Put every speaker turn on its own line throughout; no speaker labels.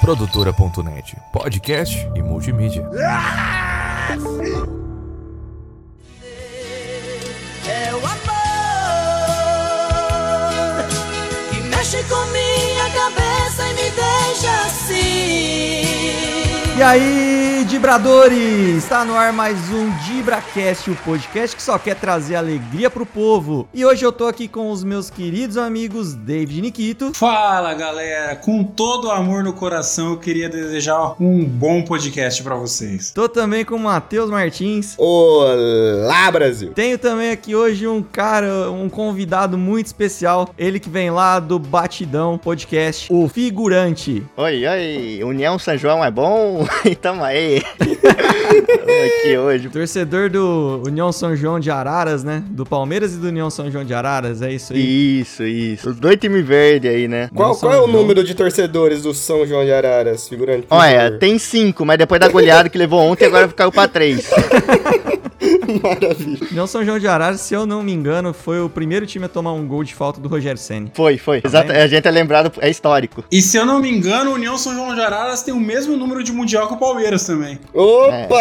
Produtora.net, podcast e multimídia.
É o amor que mexe com minha cabeça e me deixa assim.
E aí, Dibradores! Está no ar mais um DibraCast, o podcast que só quer trazer alegria pro povo. E hoje eu tô aqui com os meus queridos amigos David e Nikito.
Fala galera, com todo o amor no coração, eu queria desejar um bom podcast pra vocês.
Tô também com o Matheus Martins.
Olá, Brasil!
Tenho também aqui hoje um cara, um convidado muito especial. Ele que vem lá do Batidão Podcast, o Figurante.
Oi, oi! União São João é bom? Tamo aí! Tamo aqui hoje.
Torcedor do União São João de Araras, né? Do Palmeiras e do União São João de Araras, é isso aí.
Isso, isso. Os dois times verdes aí, né?
Qual,
Não são
qual é o
não.
número de torcedores do São João de Araras, figurante? por
Olha,
favor?
tem cinco, mas depois da goleada que levou ontem, agora caiu pra três.
Maravilha.
União São João de Araras, se eu não me engano, foi o primeiro time a tomar um gol de falta do Rogério Senni.
Foi, foi. Exato, a gente é lembrado, é histórico.
E se eu não me engano, o União São João de Araras tem o mesmo número de mundial que o Palmeiras também.
É,
Opa!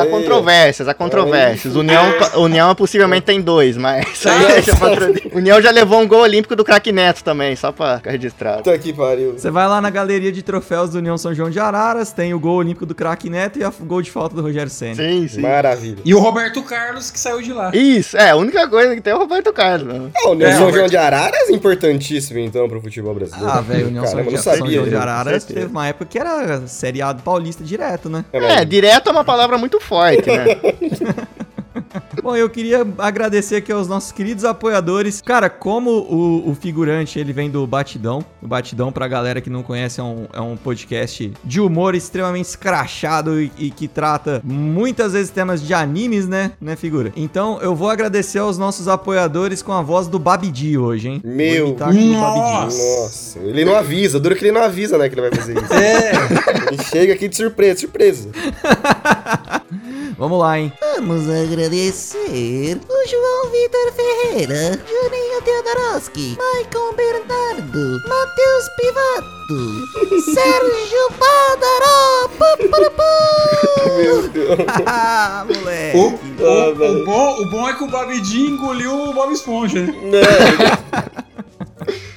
há
Ei.
controvérsias, há controvérsias. União, União possivelmente tem dois, mas.
Ah,
Deixa pra outro dia. União já levou um gol olímpico do craque Neto também, só pra ficar registrado.
Puta que pariu.
Você vai lá na galeria de troféus do União São João de Araras, tem o gol olímpico do craque Neto e o gol de falta do Rogério Senni.
Sim, sim.
Maravilha.
E o Roberto Carlos que saiu de lá.
Isso, é, a única coisa que tem é o Roberto Carlos. né?
Ah, o
É,
São
Roberto.
João de Araras é importantíssimo, então, pro futebol brasileiro.
Ah, velho, o União São
Caramba,
João
não
São
sabia.
João de
viu?
Araras
Certeza.
teve uma época que era seriado paulista direto, né?
É, direto é uma palavra muito forte, né?
Bom, eu queria agradecer aqui aos nossos queridos apoiadores. Cara, como o, o figurante, ele vem do Batidão. O Batidão, pra galera que não conhece, é um, é um podcast de humor extremamente escrachado e, e que trata muitas vezes temas de animes, né? Né, figura? Então, eu vou agradecer aos nossos apoiadores com a voz do Babidi hoje, hein?
Meu
vou imitar aqui o Babidi.
Nossa!
Nossa, ele não avisa. Duro que ele não avisa, né, que ele vai fazer isso.
É,
ele chega aqui de surpresa, surpresa.
Vamos lá, hein?
Vamos agradecer o João Vitor Ferreira, Juninho Teodoroski, Maicon Bernardo, Matheus Pivato, Sérgio Badaró, pu, pu, pu.
Meu Deus.
ah,
É,
moleque!
o, o, o bom, o bom é que o Babidi engoliu o Bob Esponja, né?
Não,
É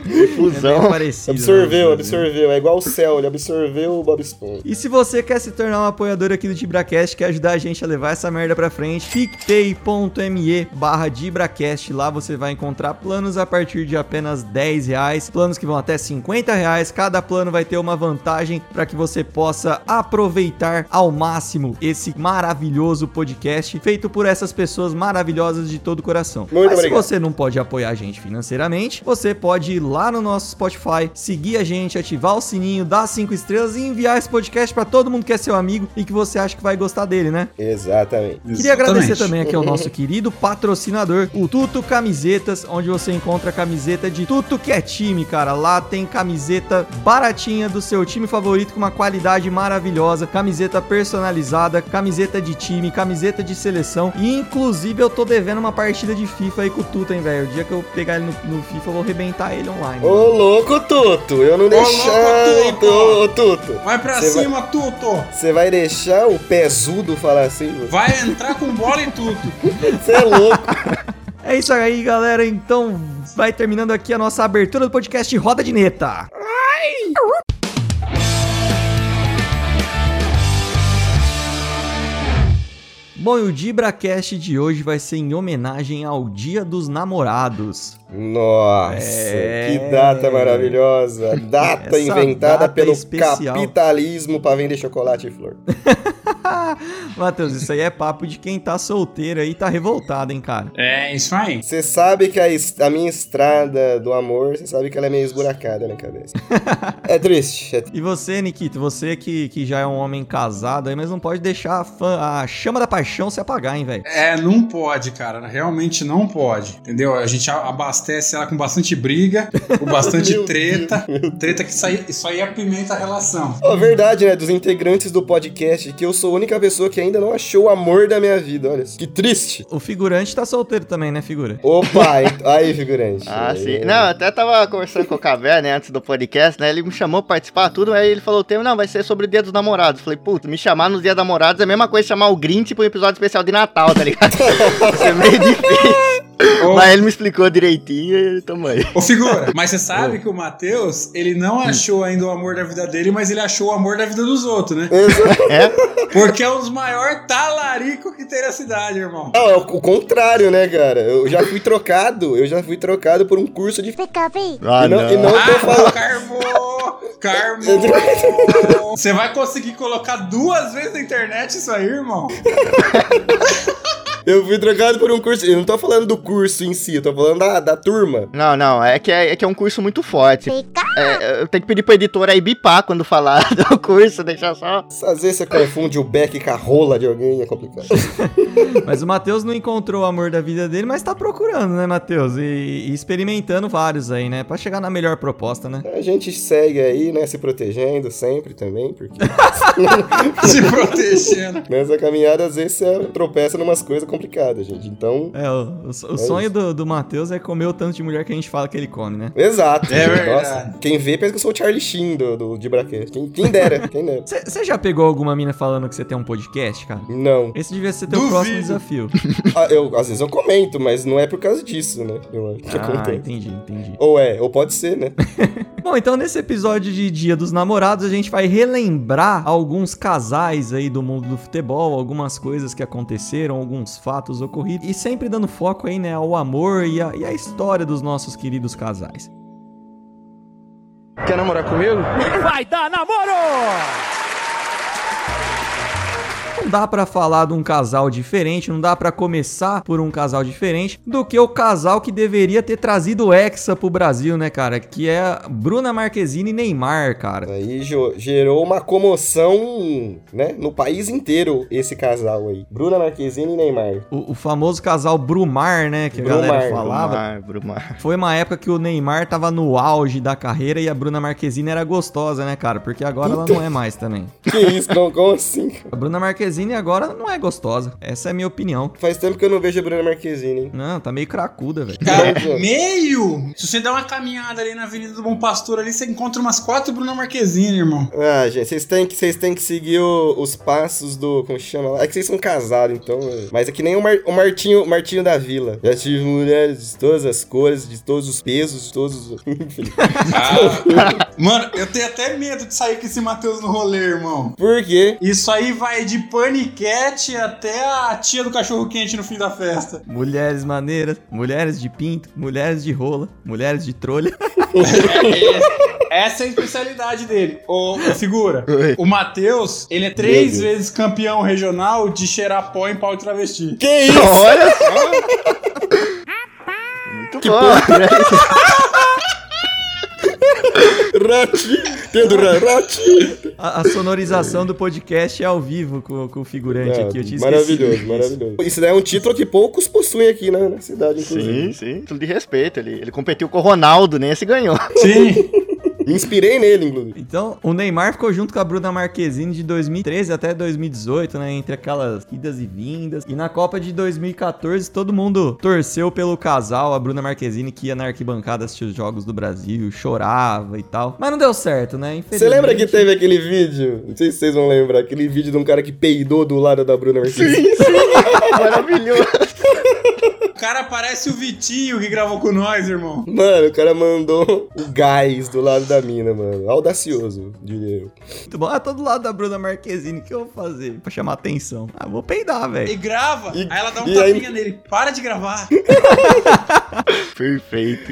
bem
Fusão.
é parecido, né?
então, absorveu, absorveu. É igual o céu, ele absorveu o Bob Esponja.
E se você quer se tornar um apoiador aqui do DibraCast, quer ajudar a gente a levar essa merda pra frente, picpay.me barra DibraCast. Lá você vai encontrar planos a partir de apenas 10 reais, planos que vão até 50 reais. Cada plano vai ter uma vantagem para que você possa aproveitar ao máximo esse maravilhoso podcast feito por essas pessoas maravilhosas de todo o coração.
Muito
Mas se
obrigado.
você não pode apoiar a gente financeiramente, você pode ir lá no nosso Spotify, seguir a gente, ativar o sininho, dar cinco estrelas e enviar esse podcast pra todo mundo que é seu amigo e que você acha que vai gostar dele, né?
Exatamente.
Queria agradecer
Exatamente.
também aqui ao nosso querido patrocinador, o Tuto Camisetas, onde você encontra a camiseta de tudo que é time, cara. Lá tem camiseta baratinha do seu time favorito com uma qualidade maravilhosa, camiseta personalizada, camiseta de time, camiseta de seleção. E inclusive eu tô devendo uma partida de FIFA aí com o Tuto, hein, velho. O dia que eu pegar ele no, no FIFA, eu vou arrebentar ele online.
Ô louco, Tuto! Eu não deixei.
louco, Tuto!
Tuto! Ô, Tuto!
Vai pra
Você vai-
cima, Tuto!
Você vai deixar o pezudo falar assim? mano?
Vai entrar com bola e tudo.
Você é louco!
É isso aí, galera. Então vai terminando aqui a nossa abertura do podcast Roda de Neta. Bom, e o DibraCast de hoje vai ser em homenagem ao Dia dos Namorados.
Nossa,
É.
que data maravilhosa! Data
Essa
inventada
data é
pelo
especial.
capitalismo pra vender chocolate e flor.
Matheus, isso aí é papo de quem tá solteiro aí e tá revoltado, hein, cara?
É, isso aí.
Você sabe que a, es- a minha estrada do amor, você sabe que ela é meio esburacada na cabeça. é triste. É...
E você, Nikito, você que, que já é um homem casado aí, mas não pode deixar a, fã- a chama da paixão se apagar, hein, velho?
É, não pode, cara. Realmente não pode. Entendeu? A gente a- abastece ela com bastante briga, com bastante
Meu
treta. Treta que isso aí, isso aí apimenta a relação.
Ó, verdade, né? Dos integrantes do podcast, que eu sou única pessoa que ainda não achou o amor da minha vida, olha. só. Que triste.
O figurante tá solteiro também, né, figura?
Opa, ent- aí, figurante.
Ah,
Aí,
sim. Não, eu até tava conversando com o Cavé, né, antes do podcast, né? Ele me chamou pra participar tudo, aí ele falou o tema, não, vai ser sobre o Dia dos Namorados. Eu Falei, puto, me chamar no Dia dos Namorados é a mesma coisa que chamar o Grinch pra um episódio especial de Natal, tá ligado? Isso é meio difícil.
Ô,
Mas ele me explicou direitinho e tamo aí.
ô, figura, mas você sabe que o Matheus, ele
Hum.
não achou ainda o amor da vida dele, mas ele achou o amor da vida dos outros, né?
Exa-
É?
Porque é um dos maiores talarico que tem na cidade, irmão.
Não, é o o contrário, né, cara? Eu já fui trocado, eu já fui trocado por um curso de.
Ah,
e não,
não.
E não tô
Ah,
falando.
Carmo! Carmo! Você vai conseguir colocar duas vezes na internet isso aí, irmão?
Eu fui trocado por um curso. Eu não tô falando do curso em si, eu tô falando da, da turma.
Não, não, é que é, é que é um curso muito forte. É, eu tenho que pedir pra editora aí bipar quando falar do curso, deixar só.
Às vezes você confunde o Beck com a rola de alguém, é complicado.
Mas o Matheus não encontrou o amor da vida dele, mas tá procurando, né, Matheus? E, e experimentando vários aí, né? Pra chegar na melhor proposta, né?
A gente segue aí, né, se protegendo sempre também, porque
Se protegendo.
nessa caminhada às vezes você tropeça em umas coisas complicadas, gente. Então,
É, o, o- o sonho do, do Matheus é comer o tanto de mulher que a gente fala que ele come, né?
exato.
É
gente.
verdade.
quem vê pensa que eu sou o Charlie Sheen do, do- de Braquete. Quem, quem dera, quem dera.
Você já pegou alguma mina falando que você tem um podcast, cara?
Não.
Esse devia ser teu
Duvido.
próximo desafio.
Ah, eu, às vezes eu comento, mas não é por causa disso, né? Eu acho que
ah,
acontece.
entendi, entendi.
Ou é, ou pode ser, né?
Bom, então nesse episódio de Dia dos Namorados, a gente vai relembrar alguns casais aí do mundo do futebol, algumas coisas que aconteceram, alguns fatos ocorridos, e sempre dando foco aí, né, ao amor e a, e a história dos nossos queridos casais.
Quer namorar comigo?
Não dá pra falar de um casal diferente, não dá pra começar por um casal diferente do que o casal que deveria ter trazido o Hexa pro Brasil, né, cara? Que é Bruna Marquezine e Neymar, cara.
Aí jo- gerou uma comoção, né? No país inteiro, esse casal aí. Bruna Marquezine e Neymar.
O, o famoso casal Brumar, né, que a galera
Brumar,
falava.
Brumar, Brumar.
Foi uma época que o Neymar tava no auge da carreira e a Bruna Marquezine era gostosa, né, cara? Porque agora ela não é mais também.
Que isso, como, como assim?
A Bruna Marquezine agora não é gostosa. Essa é a minha opinião.
Faz tempo que eu não vejo a Bruna Marquezine, hein?
Não, tá meio cracuda, velho.
Cara,
Entendi.
meio! Se você der uma caminhada ali na Avenida do Bom Pastor ali, você encontra umas quatro Bruna Marquezine, irmão.
Ah, gente, vocês têm que, vocês têm que seguir o- os passos do. Como chama lá? É que vocês são casados, então. é. Mas é que nem o, Mar- o Martinho, Martinho da Vila. Já tive mulheres de todas as cores, de todos os pesos, de todos os. Enfim.
Mano, eu tenho até medo de sair com esse Matheus no rolê, irmão.
Por quê?
Isso aí vai de paniquete até a tia do cachorro quente no fim da festa.
Mulheres maneiras, mulheres de pinto, mulheres de rola, mulheres de trolha.
Essa é a especialidade dele. Ô, figura.
Oi.
O Matheus, ele é três vezes campeão regional de cheirar pó em pau de travesti.
Que isso?
Olha só! Muito bom!
Rati! Dedo ra- Rati!
A, a sonorização do podcast é ao vivo com, com o figurante aqui. Eu tinha
Ah,
esquecido
maravilhoso,
disso.
maravilhoso. Isso daí é um título que poucos possuem aqui né, na, na cidade,
Sim,
inclusive.
sim. Tudo de respeito. Ele, ele competiu com o Ronaldo, nesse ganhou.
Sim.
Me inspirei nele, inclusive.
Então, o Neymar ficou junto com a Bruna Marquezine de 2013 até 2018, né? Entre aquelas idas e vindas. E na Copa de 2014, todo mundo torceu pelo casal. A Bruna Marquezine que ia na arquibancada assistir os Jogos do Brasil, chorava e tal. Mas não deu certo, né?
Você
Infelizmente.
lembra que teve aquele vídeo? Não sei se vocês vão lembrar. Aquele vídeo de um cara que peidou do lado da Bruna Marquezine.
Maravilhoso.
O cara parece o Vitinho que gravou com nós, irmão.
Mano, o cara mandou o gás do lado da mina, mano. Audacioso, diria eu.
Muito bom. Ah, tô do lado da Bruna Marquezine. O que eu vou fazer pra chamar atenção? Ah, vou peidar,
E
velho.
grava.
E-
aí ela dá um
e aí-
tapinha nele. Para de gravar.
Perfeito.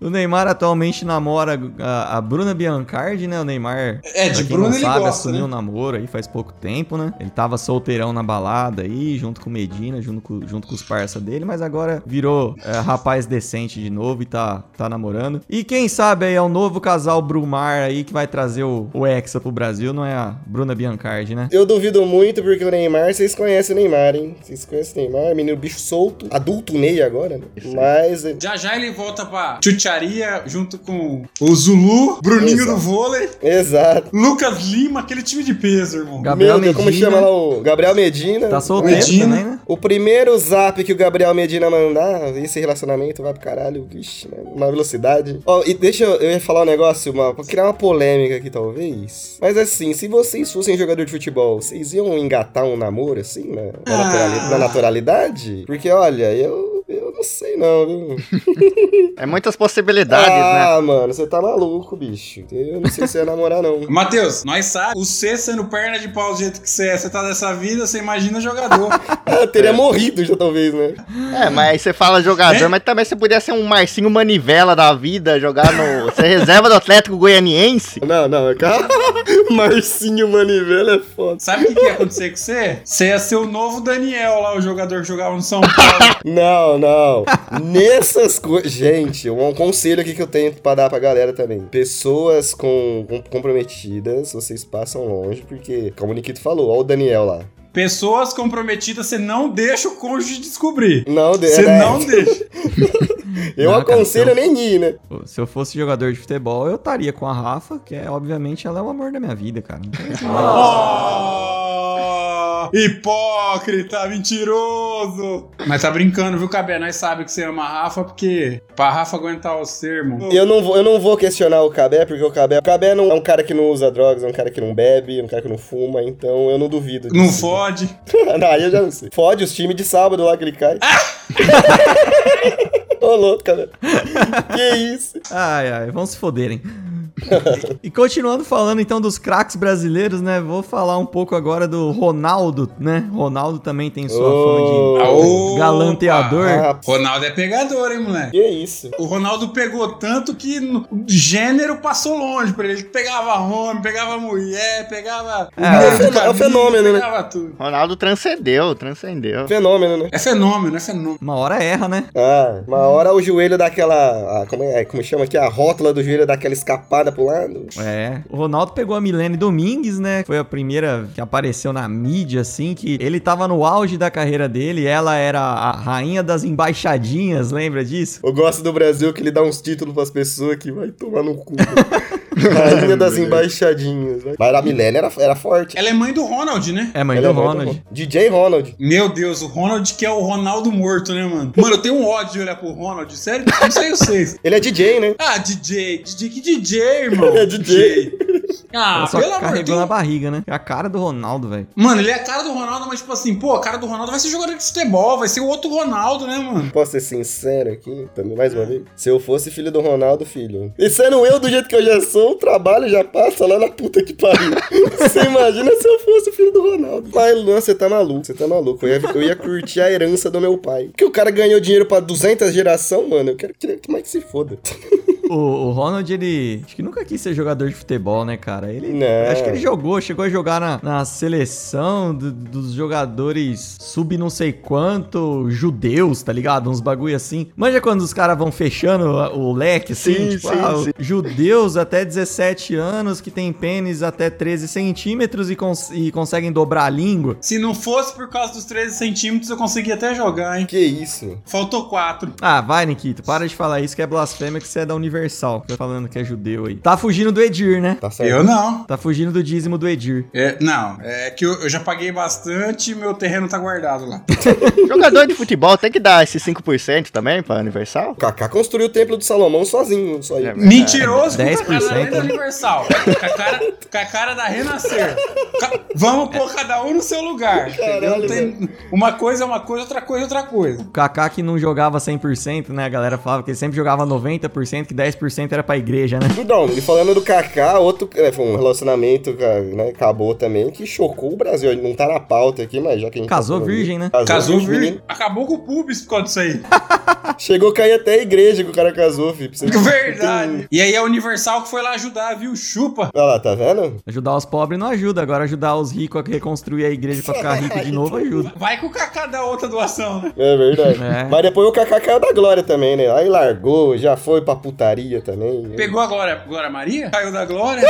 O Neymar atualmente namora a, a Bruna Biancardi, né? O Neymar
É, de
Pra quem
Bruno
não
ele
sabe,
gosta,
assumiu
né?
um namoro aí faz pouco tempo, né? Ele tava solteirão na balada aí, junto com o Medina, junto com, junto com os parça dele, mas agora virou é, rapaz decente de novo e tá, tá namorando. E quem sabe aí é o novo casal Brumar aí que vai trazer o, o Hexa pro Brasil, não é a Bruna Biancardi, né?
Eu duvido muito porque o Neymar, vocês conhecem o Neymar, hein? Vocês é conhecem o Neymar, menino bicho solto, adulto Ney agora, né? Mas.
Já já ele volta pra tchu Santiaria junto com o Zulu, Bruninho
Exato.
do vôlei,
Exato.
Lucas Lima, aquele time de peso, irmão.
Gabriel
Meu Deus, como
Medina.
chama lá o Gabriel Medina?
Tá solteiro
Medina.
também, né?
O primeiro zap que o Gabriel Medina mandar, esse relacionamento vai pro caralho, vixe, né? Uma velocidade. Ó, e deixa eu, eu ia falar um negócio, uma, pra criar uma polêmica aqui, talvez. Mas assim, se vocês fossem jogador de futebol, vocês iam engatar um namoro assim, né? Na, naturali-
Ah.
na naturalidade? Porque, olha, eu. Eu não sei não, viu?
É muitas possibilidades, né?
ah, mano, você tá maluco, bicho. Eu não sei se ia namorar, não.
Matheus, nós sabe, o C sendo perna de pau do jeito que você é, você tá dessa vida, você imagina jogador.
Eu Ah, teria morrido já, talvez, né?
É, mas aí você fala jogador,
É?
mas também você podia ser um Marcinho Manivela da vida, jogar no. Você reserva do Atlético Goianiense?
Não, não, calma. Marcinho Manivela é foda.
Sabe o que, que ia acontecer com você? Você ia ser o novo Daniel lá, o jogador que jogava no São Paulo.
Não, não. Nessas coisas. Gente, um conselho aqui que eu tenho pra dar pra galera também. Pessoas com, com- comprometidas, vocês passam longe, porque, como o Nikito falou, ó o Daniel lá.
Pessoas comprometidas, você não deixa o cônjuge descobrir.
Não,
Você
né?
não deixa.
Eu
Não, cara,
aconselho nem ir, né?
Se eu fosse jogador de futebol, eu estaria com a Rafa, que é, obviamente, ela é o amor da minha vida, cara. Não tem jeito, não.
Oh, hipócrita, mentiroso. Mas tá brincando, viu, Cabé? Nós sabemos que você ama a Rafa, porque pra Rafa aguentar o ser, irmão.
Eu não vou, eu não vou questionar o Cabé, porque o Cabé, o Cabé não é um cara que não usa drogas, é um cara que não bebe, é um cara que não fuma, então eu não duvido.
Não
disso.
fode.
não, aí eu já não sei. Fode os times de sábado lá que ele cai.
Ah!
Ô, louco, Cabé. Que isso?
Ai, ai, vão se foderem. e continuando falando então dos craques brasileiros, né? Vou falar um pouco agora do Ronaldo, né? Ronaldo também tem sua
Ô.
fama de
Opa!
galanteador.
Ah,
Ronaldo é pegador, hein, moleque?
que isso?
O Ronaldo pegou tanto que no- o gênero passou longe pra ele. Ele Pegava homem, pegava mulher, pegava.
É,
o
é o fenô- é o fenômeno, né?
Pegava tudo.
Ronaldo transcendeu, transcendeu.
Fenômeno, né?
É fenômeno, é fenômeno.
Uma hora erra, né?
Ah, uma hora o joelho daquela. como, é, como chama aqui? A rótula do joelho daquela escapada pro lado.
É. O Ronaldo pegou a Milene Domingues, né? Foi a primeira que apareceu na mídia, assim, que ele tava no auge da carreira dele. Ela era a rainha das embaixadinhas, lembra disso?
Eu gosto do Brasil que ele dá uns títulos pras pessoas que vai tomar no cu. Rainha das embaixadinhas. Né? Mas a Milene era, era forte.
Ela é mãe do Ronald, né?
É, mãe
Ela
do
é muito
Ronald.
boa. DJ Ronald.
Meu Deus, o Ronald que é o Ronaldo morto, né, mano? Mano, eu tenho um ódio de olhar pro Ronald, sério? Não sei vocês.
Ele é DJ, né?
Ah, DJ, DJ, que DJ, irmão?
É DJ.
Ah,
Ela só
pelo amor de
carregou na
Deus.
barriga, né? É a cara do Ronaldo, velho.
Mano, ele é a cara do Ronaldo, mas tipo assim, pô, a cara do Ronaldo vai ser jogador de futebol, vai ser o outro Ronaldo, né, mano?
Posso ser sincero aqui, também, mais uma vez? Se eu fosse filho do Ronaldo, filho. E sendo eu do jeito que eu já sou, o trabalho já passa lá na puta que pariu. Você imagina se eu fosse filho do Ronaldo. Mas, Luan, você tá maluco, você tá maluco. Eu ia, eu ia curtir a herança do meu pai. Porque o cara ganhou dinheiro pra 200 geração, mano. Eu quero que que mais que se foda.
O, o Ronald, ele. Acho que nunca quis ser jogador de futebol, né, cara? Ele.
Não.
Acho que
É.
ele jogou, chegou a jogar na, na seleção do- dos jogadores sub não sei quanto, judeus, tá ligado? Uns bagulho assim. Manja quando os caras vão fechando a- o leque, assim,
Sim,
tipo,
sim,
ah,
sim.
judeus até 17 anos, que tem pênis até 13 centímetros e, cons- e conseguem dobrar a língua.
Se não fosse por causa dos 13 centímetros, eu conseguia até jogar, hein?
Que isso?
Faltou quatro.
Ah, vai, Nikito, para de falar isso que é blasfêmia, que você é da Universal. Tá falando que é judeu aí. Tá fugindo do Edir, né?
Tá certo.
Eu não.
Tá fugindo do dízimo do Edir.
É, não, é que eu, eu já paguei bastante e meu terreno tá guardado lá.
Jogador de futebol tem que dar esses 5% também pra Universal?
O Kaká construiu o Templo do Salomão sozinho, só aí.
É,
Mentiroso com a
10%,
cara da Lenda
né?
Universal. Com a cara, com a cara da Renascer. Ca- Vamos pôr cada um no seu lugar. entendeu? Não tem- uma coisa é uma coisa, outra coisa é outra coisa.
O Kaká que não jogava 100%, né? A galera falava que ele sempre jogava 90%, que 10% era pra igreja, né?
Não, Então, e falando do Kaká, outro é, foi um relacionamento cara, né, acabou também, que chocou o Brasil. Ele não tá na pauta aqui, mas já que a gente tá
Casou
falando
virgem,
disso,
né?
Casou
virgem,
virgem.
menino.
Acabou com o pubis por causa disso aí.
Chegou a cair até a igreja que o cara casou, filho. pra você-
Verdade. E aí a Universal que foi lá ajudar, viu? Chupa.
Olha lá, tá vendo?
Ajudar os pobres não ajuda, agora ajudar os ricos a reconstruir a igreja pra ficar rico de novo ajuda.
Vai com o Kaká da outra doação, né?
É verdade.
É.
Mas depois o Kaká caiu da glória também, né? Aí largou, já foi pra putaria também.
Pegou Ah, a Glória, Glória Maria? Caiu da Glória?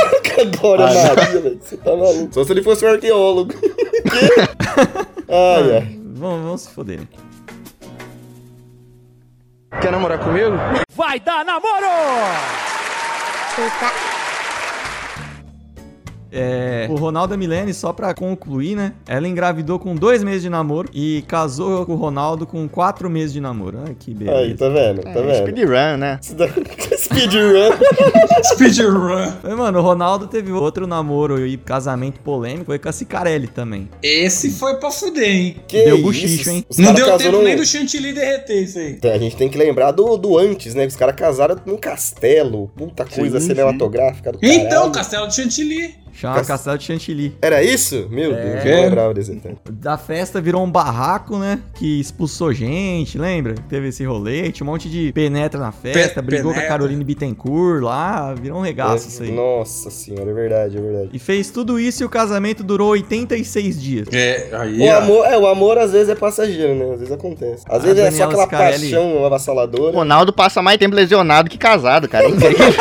Glória Maria, velho. Você tá maluco. Só se ele fosse um arqueólogo. Que? ai, ai.
Vamos, vamos se foder.
Quer namorar comigo?
É, o Ronaldo Milene, só pra concluir, né? Ela engravidou com dois meses de namoro e casou com o Ronaldo com quatro meses de namoro. Ai, que beleza.
Aí, tá vendo? né? Tá
É,
vendo?
speedrun, né?
Isso dá- Speedrun.
Speedrun.
Mas, mano, o Ronaldo teve outro namoro e casamento polêmico, foi com a Cicarelli também.
Esse foi pra fuder, hein?
Que
Deu
isso?
buchicho, hein?
Os
Não
caras
deu tempo
casaram- Então,
nem do chantilly derreter isso aí.
A gente tem que lembrar do, do antes, né? Que os caras casaram num castelo. Puta coisa
sim.
cinematográfica do caralho.
Então, Castelo de Chantilly.
Chama
Cas-
Castelo de Chantilly.
Era isso? Meu
É.
Deus,
É.
eu não lembrava desse detalhe.
Da festa virou um barraco, né? Que expulsou gente, lembra? Teve esse rolê, tinha um monte de penetra na festa,
Pe-
brigou com a
penetra.
Caroline Bittencourt lá, virou um regaço isso aí.
Nossa senhora, é verdade, é verdade.
E fez tudo isso e o casamento durou 86 dias.
É, aí.
O amor, é, o amor às vezes é passageiro, né? Às vezes acontece. Às
A
vezes é só
Daniela
aquela
Scarelli-
paixão
O
avassaladora.
Ronaldo passa mais tempo lesionado que casado, cara. É incrível.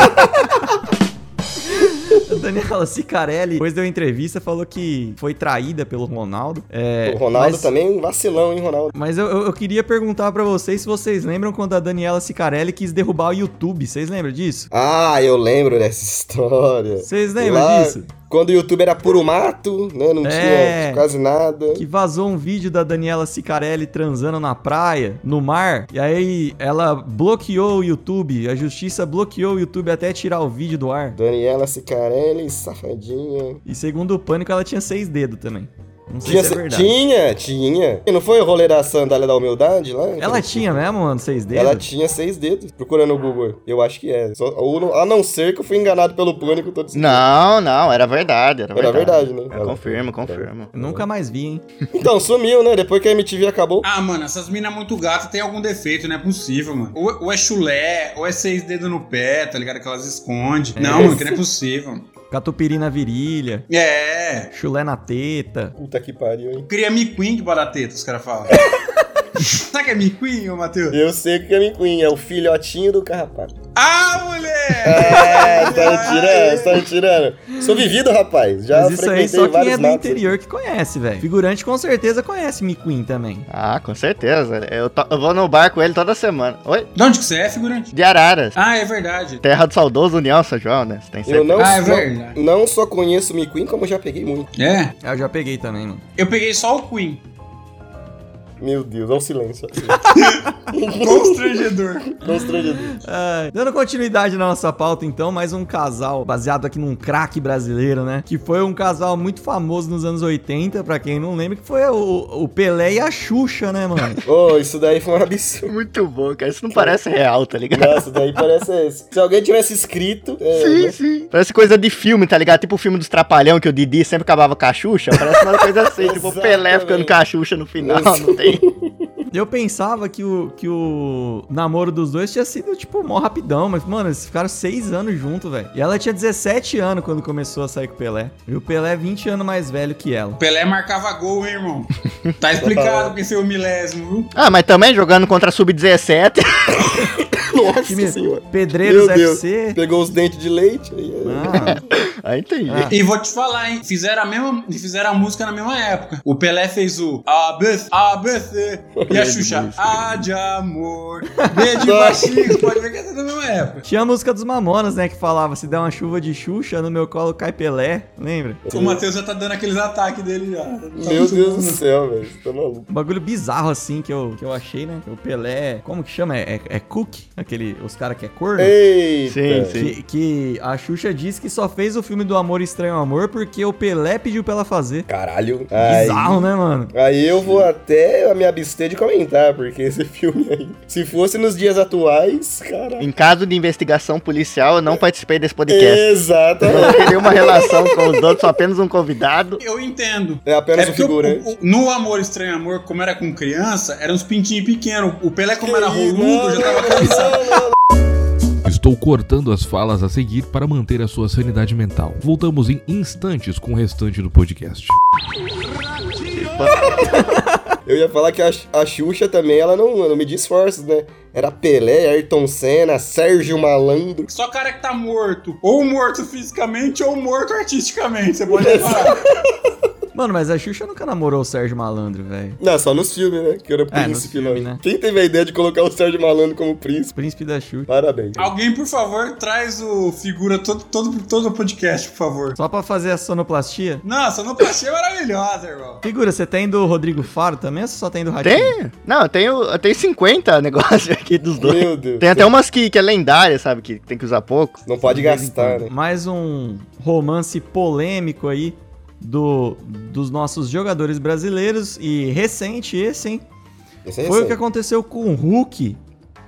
A Daniela Cicarelli, depois deu entrevista, falou que foi traída pelo Ronaldo. É,
o Ronaldo
mas-
também é um vacilão, hein, Ronaldo?
Mas eu, eu- eu queria perguntar pra vocês se vocês lembram quando a Daniela Cicarelli quis derrubar o YouTube. Vocês lembram disso?
Ah, eu lembro dessa história.
Vocês lembram
Lá-
disso?
Quando o YouTube era puro mato, né? Não
É.
tinha quase nada.
Que vazou um vídeo da Daniela Cicarelli transando na praia, no mar. E aí ela bloqueou o YouTube. A justiça bloqueou o YouTube até tirar o vídeo do ar.
Daniela Cicarelli, safadinha.
E segundo o pânico, ela tinha seis dedos também. Não sei
Tinha,
se é
se-
verdade.
tinha, tinha. E não foi o rolê da sandália da humildade lá?
Ela tinha mesmo, mano, seis dedos?
Ela tinha seis dedos. Procura no Google. Eu acho que é. Só- ou não- a não ser que eu fui enganado pelo pânico todo esse
Não, não, era verdade, era
Era
verdade.
verdade, né?
Eu confirmo, confirmo.
Eu Nunca mais vi, hein?
tempo. Então, sumiu, né? Depois que a MTV acabou.
Ah, mano, essas minas muito gatas tem algum defeito, não é possível, mano. Ou, ou é chulé, ou é seis dedos no pé, tá ligado? Que elas escondem. Não, mano, que não é possível. mano.
Catupiry na virilha,
É.
chulé na teta.
Puta que pariu, hein?
Cria miquim que bota teta, os caras falam. Sabe que é miquim, ô Matheus?
Eu sei que é minguim, é o filhotinho do carrapato.
Ah, moleque!
É, você tá me tirando, você tá me tirando. Sou vivido, rapaz. Já
Mas isso aí
frequentei
só quem
vários
é do
matos.
interior que conhece, velho. Figurante com certeza conhece McQueen também.
Ah, com certeza. Eu, to- eu vou no bar com ele toda semana. Oi?
De onde que você é, figurante?
De Araras.
Ah, é verdade.
Terra do saudoso União São João, né? Você tem
Eu
certeza.
não,
Ah, é
não,
verdade.
não só conheço o Miquim, como já peguei muito.
É.
Ah, eu já peguei também, mano.
Eu peguei só o Queen.
Meu Deus, olha o silêncio.
Constrangedor.
Constrangido.
Ai, Dando continuidade na nossa pauta, então, mais um casal baseado aqui num craque brasileiro, né? Que foi um casal muito famoso nos anos 80, pra quem não lembra, que foi o, o Pelé e a Xuxa, né, mano?
Ô, isso daí foi um absurdo.
Muito bom, cara. Isso não parece real, tá ligado?
Nossa, daí parece esse. Se alguém tivesse escrito. é,
Sim,
né?
sim. Parece coisa de filme, tá ligado? Tipo o filme dos Trapalhão, que o Didi sempre acabava com a Xuxa. Parece uma coisa assim, tipo o Pelé
Exatamente.
ficando com a Xuxa no final, não
Isso.
tem?
Eu pensava que o, que o namoro dos dois tinha sido, tipo, mó rapidão, mas, mano, eles ficaram seis anos juntos, velho. E ela tinha 17 anos quando começou a sair com o Pelé. E o Pelé é 20 anos mais velho que ela.
Pelé marcava gol, hein, irmão? Tá explicado porque seu milésimo, viu?
Ah, mas também jogando contra a Sub-17.
Time
Nossa senhora.
Pedreiros
Meu Deus.
FC.
Pegou os dentes de leite. aí, aí.
Ah,
Aí tem
Ah.
jeito.
E vou te falar, hein? Fizeram a mesma. Fizeram a música na mesma época. O Pelé fez o ABC, ABC e a Xuxa A de amor, B de baixinho. Pode ver que é da mesma época.
Tinha a música dos Mamonas, né? Que falava: se der uma chuva de Xuxa, no meu colo cai Pelé. Lembra?
O Matheus já tá dando aqueles ataques dele já. Tá
Meu Deus do céu, velho. Você Tá maluco.
Um bagulho bizarro assim que eu, que eu achei, né? O Pelé. Como que chama? É, é, é Cook? Aquele. Os caras que é corno?
Eita.
Sim, sim.
Que, que a Xuxa disse que só fez o filme do Amor Estranho Amor porque o Pelé pediu pra ela fazer.
Caralho. Aí,
Bizarro, né, mano?
aí eu vou até me abster de comentar, porque esse filme aí. Se fosse nos dias atuais, caralho.
Em caso de investigação policial, eu
É.
não participei desse podcast. Eu
Exatamente.
não tenho nenhuma relação com os outros, sou apenas um convidado.
Eu entendo.
É apenas
É
um
porque o-
figurante.
o- no Amor Estranho Amor, como era com criança, eram uns pintinhos pequenos. O Pelé, como era roludo, já tava cansado.
Estou cortando as falas a seguir para manter a sua sanidade mental. Voltamos em instantes com o restante do podcast.
Eu ia falar que a, a Xuxa também, ela não, não me esforços, né? Era Pelé, Ayrton Senna, Sérgio Malandro.
Só cara que tá morto. Ou morto fisicamente, ou morto artisticamente. Você pode falar.
Mano, mas a Xuxa nunca namorou o Sérgio Malandro, velho.
Não, só nos filmes, né? Que era
É,
príncipe,
nos filmes,
mano.
né?
Quem teve a ideia de colocar o Sérgio Malandro como príncipe?
Príncipe da Xuxa.
Parabéns.
Alguém, por favor, traz o figura todo todo todo o podcast, por favor.
Só pra fazer a sonoplastia.
Nossa, não passei maravilhosa, irmão.
Figura, você tem do Rodrigo Faro também ou você só tem do Ratinho?
Tem? Não, eu tenho, eu tenho 50 negócios aqui dos dois.
Meu Deus.
Tem até umas que, que é lendária, sabe? Que tem que usar pouco.
Não pode gastar, né?
Mais um romance polêmico aí do, dos nossos jogadores brasileiros e recente esse, hein?
Esse é
Foi o
recente.
que aconteceu com o Hulk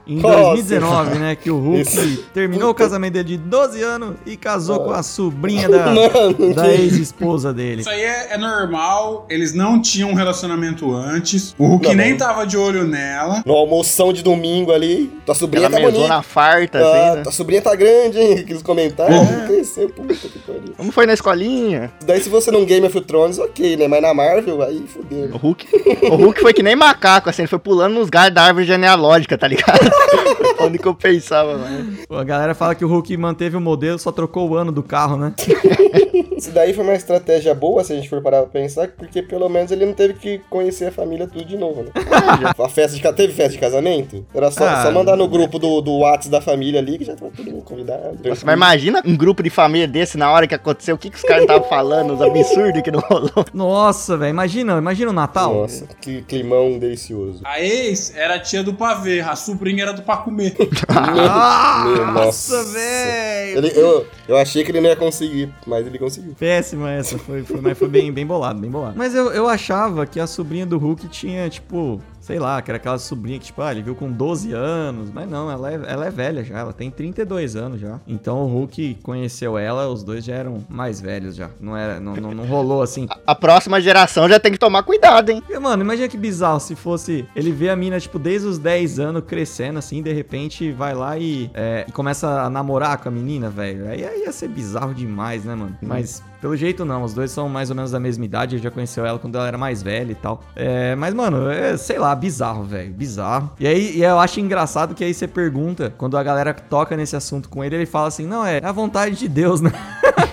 em
Nossa.
2019, né? Que o Hulk
Esse-
terminou o casamento dele de 12 anos e casou com a
Ah.
sobrinha da,
Mano,
da ex-esposa dele.
Isso aí é, é normal, eles não tinham um relacionamento antes, o Hulk
Tá bom.
nem tava de olho nela.
No almoção de domingo ali, tua sobrinha
Ela
tá
mesou
bonita.
na farta,
Ah,
assim, né?
Tua sobrinha tá grande, hein? Aqueles comentários.
É.
Ah, cresceu, puta que pariu.
Como foi na escolinha?
Daí se você não Game of Thrones, ok, né? Mas na Marvel, aí fudeu. né?
O Hulk, o Hulk foi que nem macaco, assim, ele foi pulando nos galhos da árvore genealógica, tá ligado? Onde que eu pensava, mano.
A galera fala que o Hulk manteve o modelo, só trocou o ano do carro, né?
Isso daí foi uma estratégia boa, se a gente for parar pra pensar, porque pelo menos ele não teve que conhecer a família tudo de novo, né? a festa de ca- Teve festa de casamento? Era só,
Ah,
só mandar
é.
no grupo do, do WhatsApp da família ali, que já tava todo mundo convidado.
Nossa, mas imagina um grupo de família desse na hora que aconteceu, o que, que os caras estavam falando, os absurdos que não rolou.
Nossa, velho, imagina, imagina o Natal.
Nossa, que climão delicioso.
A ex era a tia do pavê, a sobrinha era do pra comer.
Meu-
Ah,
meu-
nossa, velho!
Ele- eu, eu achei que ele não ia conseguir, mas ele conseguiu.
Péssima essa, foi, foi, mas foi bem, bem bolado, bem bolado. Mas eu, eu achava que a sobrinha do Hulk tinha, tipo, sei lá, que era aquela sobrinha que, tipo, ah, ele viu com 12 anos, mas não, ela é, ela é velha já, ela tem 32 anos já. Então o Hulk conheceu ela, os dois já eram mais velhos já, não era, não, não, não rolou assim.
A próxima geração já tem que tomar cuidado, hein?
Porque, mano, imagina que bizarro se fosse ele vê a mina, tipo, desde os 10 anos crescendo, assim, de repente vai lá e, é, e começa a namorar com a menina, velho. Aí aí ia ser bizarro demais, né, mano? Mas, pelo jeito, não. Os dois são mais ou menos da mesma idade. Ele já conheceu ela quando ela era mais velha e tal. É, mas, mano, é, sei lá, bizarro, velho. Bizarro. E aí e eu acho engraçado que aí você pergunta, quando a galera toca nesse assunto com ele, ele fala assim: não, é, é a vontade de Deus, né?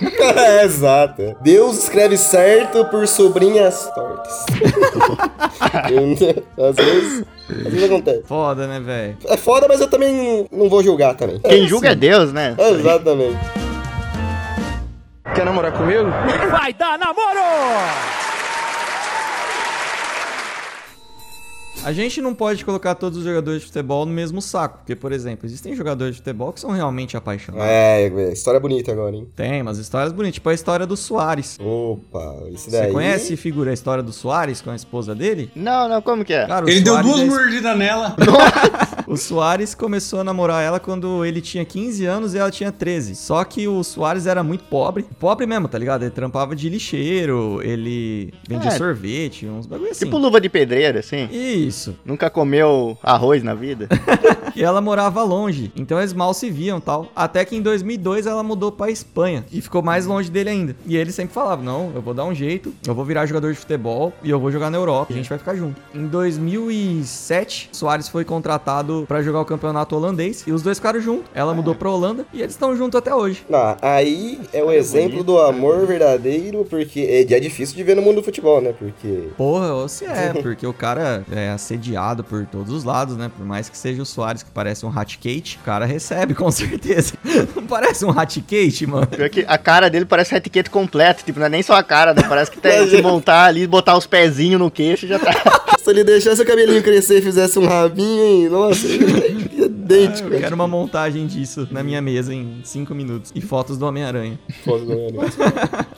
é, exato. Deus escreve certo por sobrinhas tortas. Eu- às vezes. Às vezes acontece.
Foda, né, velho?
É foda, mas eu também não vou julgar também.
Quem julga é Deus, né?
Exatamente.
Quer namorar comigo?
A gente não pode colocar todos os jogadores de futebol no mesmo saco, porque, por exemplo, existem jogadores de futebol que são realmente apaixonados.
É, é, história bonita agora, hein?
Tem umas histórias bonitas, tipo a história do Soares.
Opa, isso daí.
Você conhece, figura, a história do Soares com a esposa dele?
Não, não, como que é?
Cara, o
Ele deu
Suárez
duas
é-
mordidas nela.
O Soares começou a namorar ela quando ele tinha 15 anos e ela tinha 13. Só que o Soares era muito pobre. Pobre mesmo, tá ligado? Ele trampava de lixeiro, ele vendia
É.
sorvete, uns bagulho assim.
Tipo luva de pedreiro, assim.
Isso.
Nunca comeu arroz na vida.
E ela morava longe, então eles mal se viam tal. Até que em 2002 ela mudou pra Espanha e ficou mais longe dele ainda. E ele sempre falava: Não, eu vou dar um jeito, eu vou virar jogador de futebol e eu vou jogar na Europa, a gente vai ficar junto. Em 2007, Soares foi contratado pra jogar o campeonato holandês e os dois ficaram juntos. Ela mudou pra Holanda e eles estão juntos até hoje.
Não, aí é o exemplo do amor verdadeiro, porque é, é difícil de ver no mundo do futebol, né? Porque.
Porra, ou se é, porque o cara é assediado por todos os lados, né? Por mais que seja o Soares que parece um hat cake, o cara recebe com certeza. Não parece um hat cake, mano?
Pior que a cara dele parece um etiqueta completo, tipo, não é nem só a cara, né? Parece que tem que se montar ali, botar os pezinhos no queixo já tá.
Se ele deixasse o cabelinho crescer e fizesse um rabinho, hein? Nossa, é idêntico.
Ah, Eu quero uma montagem disso na minha mesa em 5 minutos. E fotos do Homem-Aranha.
Foda, né?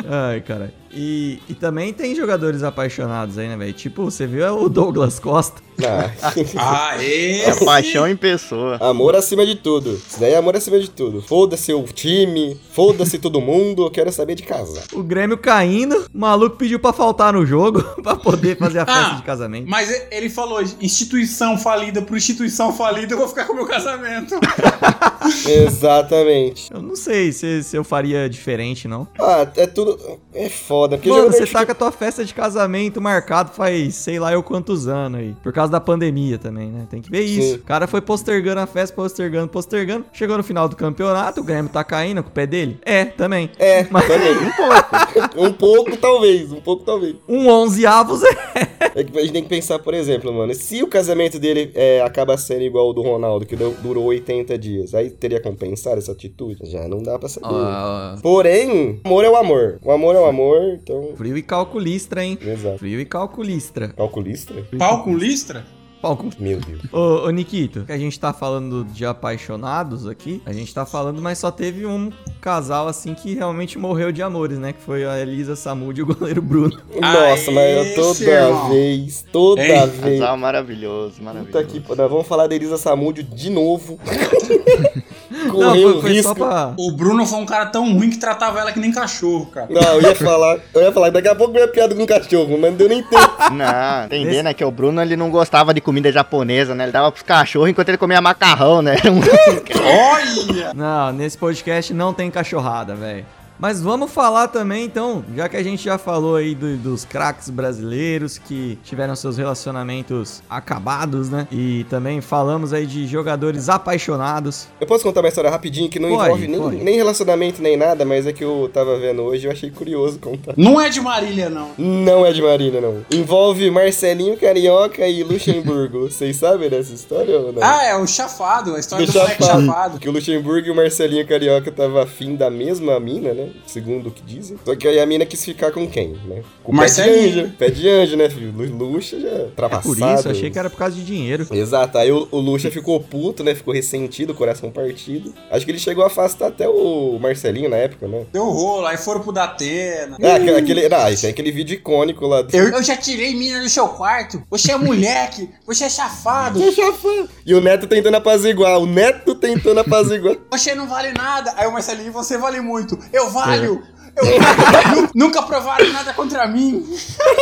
Ai, caralho. E, e também tem jogadores apaixonados aí, né, velho? Tipo, você viu o Douglas Costa?
Ah,
Ah,
É
esse...
paixão em pessoa.
amor acima de tudo. Isso daí é amor acima de tudo. Foda-se o time, foda-se todo mundo, eu quero saber de casar.
O Grêmio caindo. O maluco pediu pra faltar no jogo pra poder fazer a festa de casamento.
Mas e- ele falou, instituição falida por instituição falida, eu vou ficar com o meu casamento.
Exatamente.
Eu não sei se, se eu faria diferente, não.
Ah, é tudo. É foda. Porque
Mano,
jogador
você
de
tá com a tua festa de casamento marcado faz sei lá eu quantos anos aí. Por causa da pandemia também, né? Tem que ver isso.
Sim.
O cara foi postergando a festa, postergando, postergando. Chegou no final do campeonato, o Grêmio tá caindo com o pé dele? É, também.
É,
Mas-
também. Um pouco. um pouco, talvez. Um pouco, talvez.
Um 11 avos é.
É que a gente tem que pensar, por exemplo, mano. Se o casamento dele é, acaba sendo igual ao do Ronaldo, que deu- durou 80 dias, aí teria compensado essa atitude? Já não dá pra saber.
Ah.
Porém, amor é o amor. O amor é o amor, então.
Frio e calculistra, hein?
Exato.
Frio e calculistra.
Calculista?
Pau com listra?
Pau com
Meu Deus.
Ô, ô Nikito, que a gente tá falando de apaixonados aqui, a gente tá falando, mas só teve um casal assim que realmente morreu de amores, né? Que foi a Elisa Samud e o goleiro Bruno.
Nossa, mas eu toda
esse, irmão.
vez, toda
Ei,
vez.
Casal maravilhoso, maravilhoso.
Puta que pa- Nós vamos falar da Elisa Samúdio de novo.
Não,
Correu um
foi, foi
risco.
só pra.
O Bruno foi um cara tão ruim que tratava ela que nem cachorro, cara.
Não, eu ia falar, eu ia falar, daqui a pouco minha piada com o cachorro, mas não deu nem tempo.
Não, entender, né? Que o Bruno ele não gostava de comida japonesa, né? Ele dava pros cachorros enquanto ele comia macarrão, né? Era um-
Olha!
Não, nesse podcast não tem cachorrada, velho. Mas vamos falar também, então, já que a gente já falou aí do- dos craques brasileiros que tiveram seus relacionamentos acabados, né? E também falamos aí de jogadores apaixonados.
Eu posso contar uma história rapidinho que não
Pode,
envolve nem,
pode.
nem relacionamento nem nada, mas é que eu tava vendo hoje e eu achei curioso contar.
Não é de Marília, não.
Não é de Marina, não. Envolve Marcelinho Carioca e Luxemburgo. Vocês sabem dessa história ou não?
Ah, é o chafado, a história do, moleque chafado.
Que o Luxemburgo e o Marcelinho Carioca tava afim da mesma mina, né? Segundo o que dizem. Só que aí a mina quis ficar com quem, né? Com o pé de
Marcelinho.
anjo. Pé de anjo, né, filho? Lu- Luxa já ultrapassado.
É Por isso, achei que era por causa de dinheiro.
Exato, aí o, o Lucha ficou puto, né? Ficou ressentido, coração partido. Acho que ele chegou a afastar até o Marcelinho na época, né?
Deu um rolo, aí foram pro Datena.
Ah, aquele, aquele, ah, isso é aquele vídeo icônico lá. do-
Hum. Eu, eu já tirei mina do seu quarto. Você é moleque, você é chafado,
E o Neto tentando apaziguar, o Neto tentando apaziguar.
você não vale nada. Aí o Marcelinho, você vale muito. Eu valho!
É.
Eu valho! Nunca provaram nada contra mim.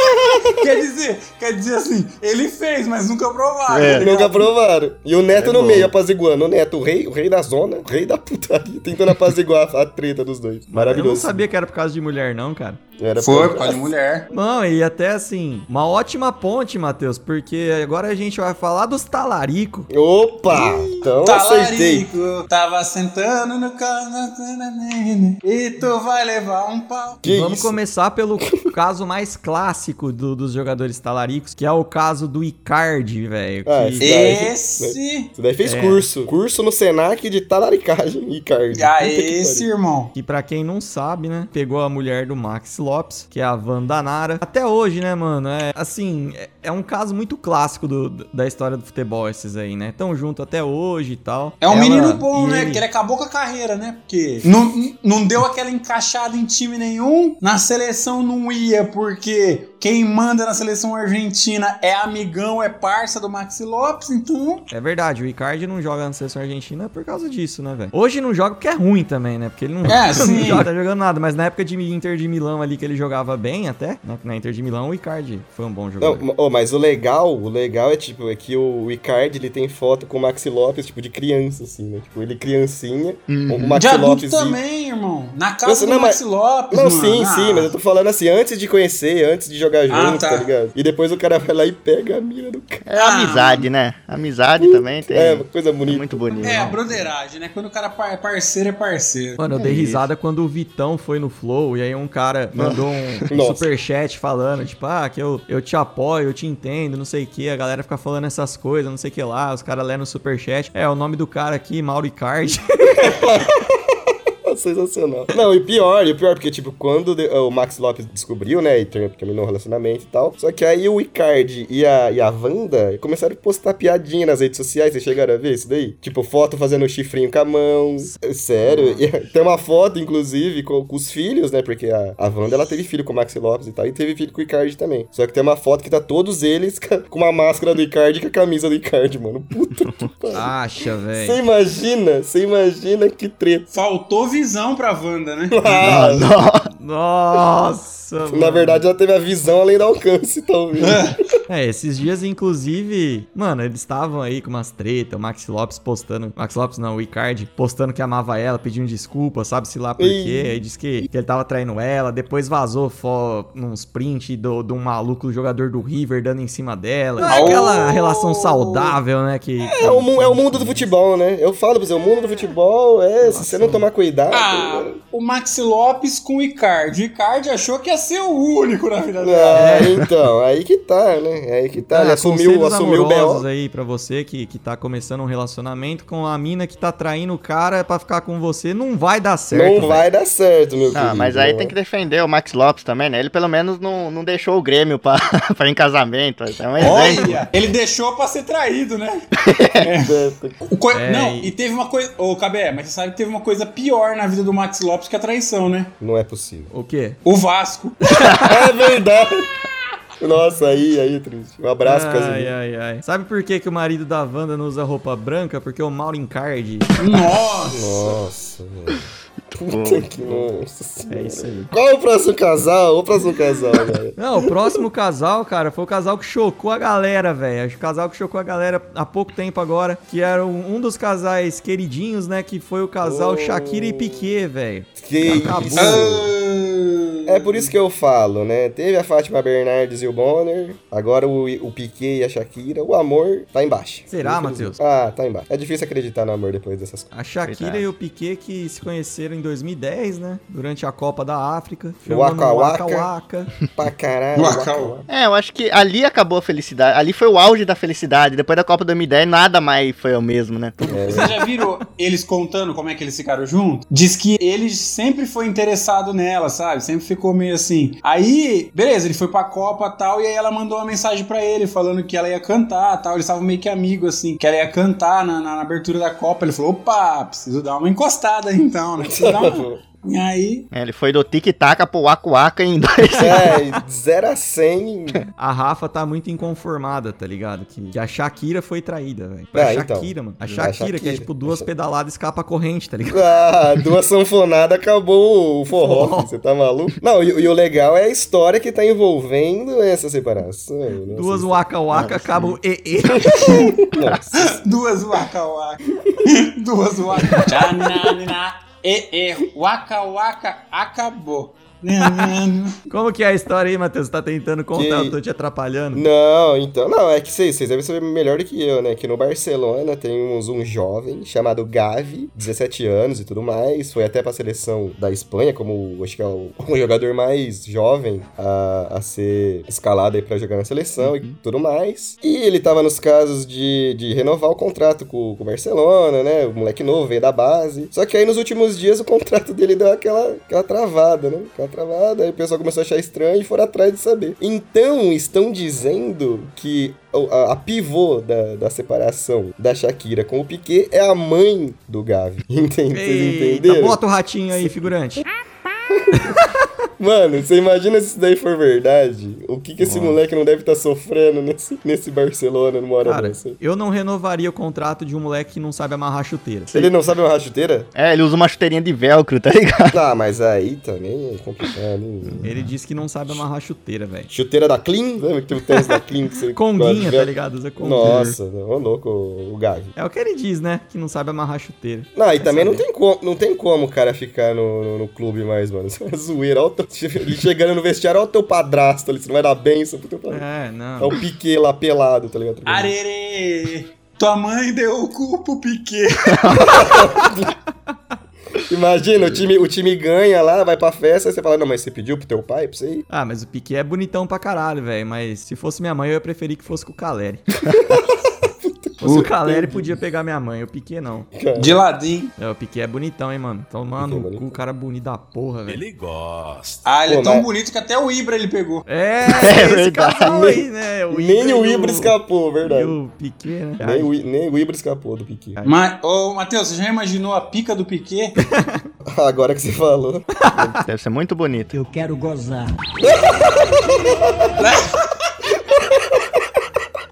quer dizer, quer dizer assim, ele fez, mas nunca provaram.
É.
tá ligado?
Nunca aprovaram. E o Neto
É
no
bom.
meio, apaziguando. O Neto, o rei, o rei da zona, o rei da putaria, tentando apaziguar a, a treta dos dois.
Eu
Maravilhoso.
não sabia que era por causa de mulher, não, cara.
Era
Foi,
pra-
por causa de mulher.
Não, e até assim, uma ótima ponte, Matheus, porque agora a gente vai falar dos talarico.
Opa! Então aceitei.
Talarico, Tá tava sentando no cano e tu vai levar um pau.
Que
Vamos
isso?
começar pelo caso mais clássico do- dos jogadores talaricos, que é o caso do Icardi, velho.
Ah,
que-
esse daí-
Esse.
Isso daí fez
É.
curso. Curso no Senac de talaricagem e card.
Ah,
Puta que
esse,
pariu.
irmão.
Que pra quem não sabe, né? Pegou a mulher do Max Lopes, que é a Vandanara. Até hoje, né, mano? É assim, é, é um caso muito clássico do- da história do futebol, esses aí, né? Tão junto até hoje e tal.
É um
Ela-
menino bom,
e
né?
ele-
Porque ele acabou com a carreira, né? Porque não, não deu aquela encaixada em time nenhum. Na seleção não ia, porque quem manda na seleção argentina é amigão, é parça do Maxi Lopes, então.
É verdade, o Icardi não joga na seleção argentina por causa disso, né, velho? Hoje não joga porque é ruim também, né? Porque ele não,
É,
não
sim.
joga, tá jogando nada. Mas na época de Inter de Milão ali, que ele jogava bem até, na, na Inter de Milão, o Icardi foi um bom
Não,
jogador.
ma- oh, mas o legal, o legal é tipo, é que o Icardi ele tem foto com o Maxi Lopes, tipo, de criança, assim, né? Tipo, ele criancinha, o
de
Maxi
adulto
Lopes.
também, irmão. Na casa
Nossa,
do
não, mas-
Maxi Lopes.
Não,
mano.
sim,
Ah,
sim, mas eu tô falando assim, antes de conhecer, antes de jogar
Ah,
junto, tá.
tá
ligado? E depois o cara vai lá e pega a mira do cara.
É amizade, né? Amizade também tem.
É,
É,
uma coisa bonita.
muito bonito.
É, a broderagem, né? Quando o cara par- é parceiro, é parceiro.
Mano, eu dei
é
isso.
risada quando o Vitão foi no Flow e aí um cara mandou um
Ah, Nossa.
superchat falando, tipo, ah, que eu, eu te apoio, eu te entendo, não sei o que, a galera fica falando essas coisas, não sei o que lá, os caras lendo o superchat. É, o nome do cara aqui, Mauro Icardi.
Sensacional. Não, e pior, e pior, porque, tipo, quando de- o Max Lopes descobriu, né, e ter- terminou o relacionamento e tal, só que aí o Icardi e a, e a Wanda começaram a postar piadinha nas redes sociais, vocês chegaram a ver isso daí? Tipo, foto fazendo chifrinho com a mão, é sério, e tem uma foto, inclusive, com, com os filhos, né, porque a, a Wanda, ela teve filho com o Max Lopes e tal, e teve filho com o Icardi também. Só que tem uma foto que tá todos eles com uma máscara do Icardi e com a camisa do Icardi, mano, puta que pariu.
Acha,
Você
velho.
imagina, você imagina que treta.
Faltou visão pra Wanda, né?
Ah, não.
Nossa, Nossa,
Na verdade, ela teve a visão além do alcance, talvez.
É, esses dias, inclusive, mano, eles estavam aí com umas tretas, o Max Lopes postando, Max Lopes não, o Icardi, postando que amava ela, pedindo desculpa, sabe-se lá por
Ih.
quê, aí disse que, que ele tava traindo ela, depois vazou fo, uns print do- de um maluco jogador do River dando em cima dela, Não é
Au.
aquela relação saudável, né, que...
Ah, oh. É o, mu- é o mundo do futebol, né? Eu falo pra você, o mundo do futebol é, se você não tomar cuidado... né?
Ah, o Maxi Lopes com o Icardi. O Icardi achou que ia ser o único na vida dela.
Ah, então, aí que tá, né? Aí que tá. Ele
Ah,
assumiu,
conselhos
assumiu o
amorosos
B.O.
aí pra você que, que tá começando um relacionamento com a mina que tá traindo o cara pra ficar com você, não vai dar é certo. né?
Não vai dar certo, meu querido.
Ah, mas aí tem que defender o Max Lopes também, né? Ele pelo menos não, não deixou o Grêmio pra, pra ir em casamento. Então, é um exemplo.
Olha, ele deixou pra ser traído, né? O co-
É,
não,
e-
e teve uma coisa. Ô, Cabé, mas você sabe que teve uma coisa pior na vida do Max Lopes que a traição, né?
Não é possível.
O quê?
O Vasco.
É verdade. Nossa, aí, aí, triste. Um abraço,
ai,
Casimiro.
ai, ai. Sabe por que, que o marido da Wanda não usa roupa branca? Porque o Mauro encarde.
Nossa.
Nossa, velho. Puta que nossa senhora.
É isso aí.
Qual é o próximo casal? O próximo casal, né? velho.
Não, o próximo casal, cara, foi o casal que chocou a galera, velho. O casal que chocou a galera há pouco tempo agora, que era um um dos casais queridinhos, né? Que foi o casal
Oh.
Shakira e Piquet, velho.
Que
Acabou.
isso. É por isso que eu falo, né? Teve a Fátima Bernardes e o Bonner, agora o, o Piquet e a Shakira. O amor tá embaixo.
Será,
Infelizmente.
Matheus?
Ah, tá embaixo. É difícil acreditar no amor depois dessas coisas.
A Shakira
Verdade.
e o Piquet que se conheceram em 2010, né? Durante a Copa da África.
Waka
Chamando
Waka.
Waka.
Pra caralho.
Uau.
uau, uau.
É, eu acho que ali acabou a felicidade. Ali foi o auge da felicidade. Depois da Copa 2010, nada mais foi o mesmo, né? Tudo
É,
Você já viram eles contando como é que eles ficaram juntos? Diz que ele sempre foi interessado nela, sabe? Sempre ficou meio assim. Aí, beleza, ele foi pra Copa tal, e aí ela mandou uma mensagem pra ele falando que ela ia cantar tal. Eles estavam meio que amigos, assim, que ela ia cantar na, na- na abertura da Copa. Ele falou: opa, preciso dar uma encostada então, né? Preciso dar uma. E aí.
É, ele foi do tic-tac pro waco-waco em dois.
É, 0 a 100.
A Rafa tá muito inconformada, tá ligado? Que, que a Shakira foi traída, velho. Foi
Ah,
a
então.
Shakira, mano. A
A
Shakira, que é
Shakira.
tipo duas
Essa-
pedaladas escapa a corrente, tá ligado?
Ah, duas sanfonadas acabou o forró,
Forró.
filho, você tá maluco? Não, e, e o legal é a história que tá envolvendo essa separação. né? Nossa,
Duas
isso-
waka
Ah,
waka, acabam e e.
Nossa.
Duas waka waka. Duas waka. Tchananina. E, e, waka waka acabou. Nanana.
Como que é a história aí, Matheus? Tá tentando contar,
Que-
eu tô te atrapalhando.
Não, então, não, é que vocês, vocês devem saber melhor do que eu, né? Que no Barcelona tem uns, um jovem chamado Gavi, 17 anos e tudo mais, foi até pra seleção da Espanha, como acho que é o, o jogador mais jovem a, a ser escalado aí pra jogar na seleção e tudo mais. E ele tava nos casos de, de renovar o contrato com, com o Barcelona, né? O moleque novo veio da base. Só que aí nos últimos dias o contrato dele deu aquela, aquela travada, né? Aquela travada, aí o pessoal começou a achar estranho e foram atrás de saber. Então, estão dizendo que o- a, a pivô da, da separação da Shakira com o Piquet é a mãe do Gavi. Entende? Vocês
Eita,
entenderam?
bota o ratinho aí, figurante.
Mano, você imagina se isso daí for verdade? O que, que esse moleque não deve estar sofrendo nesse, nesse Barcelona numa hora
Cara,
dessa?
eu não renovaria o contrato de um moleque que não sabe amarrar chuteira.
Ele não sabe uma chuteira?
É, ele usa uma chuteirinha de velcro, tá ligado?
Ah, mas aí também é complicado. hein?
Ele disse que não sabe amarrar chuteira, velho.
Chuteira da Clean? Lembra que tem o teste da Clean que você...
Conguinha, tá ligado? Usa conguinha.
Nossa, não, ô louco, o Gavi.
É o que ele diz, né? Que não sabe amarrar chuteira.
Não, e também não tem, como, não tem como o cara ficar no, no, no clube mais, mano. Isso é zoeira. Olha o teu- ele chegando no vestiário, olha o teu padrasto ali, você não vai dar benção pro teu padrasto.
É,
É
não.
o Piquet lá pelado, tá
É.
ligado?
Arerê! Tua mãe deu o cu pro Piquet.
Imagina, o time, o time ganha lá, vai pra festa, aí você fala, não, mas você pediu pro teu pai pra você ir?
Ah, mas o Piquet é bonitão pra caralho, velho. Mas se fosse minha mãe, eu ia preferir que fosse com o Caleri. Se fosse o Caleri, podia pegar minha mãe. O Piquet não.
Cara,
De ladinho.
É, o Piquet é bonitão, hein, mano. Tomando
Piquet é
o cu,
bonitão.
cara bonito da porra, velho.
Ah, ele
Pô,
é tão
mas-
bonito que até o Ibra ele pegou.
É,
É
esse
verdade.
casal aí, né?
nem o Ibra
escapou.
escapou,
E
verdade.
o Piquet, né?
Nem o, I- nem o Ibra escapou do Piquet.
Ai.
Mas, ô, Matheus, você já imaginou a pica do Piquet?
Agora que você falou.
Deve ser muito bonito.
Eu quero gozar.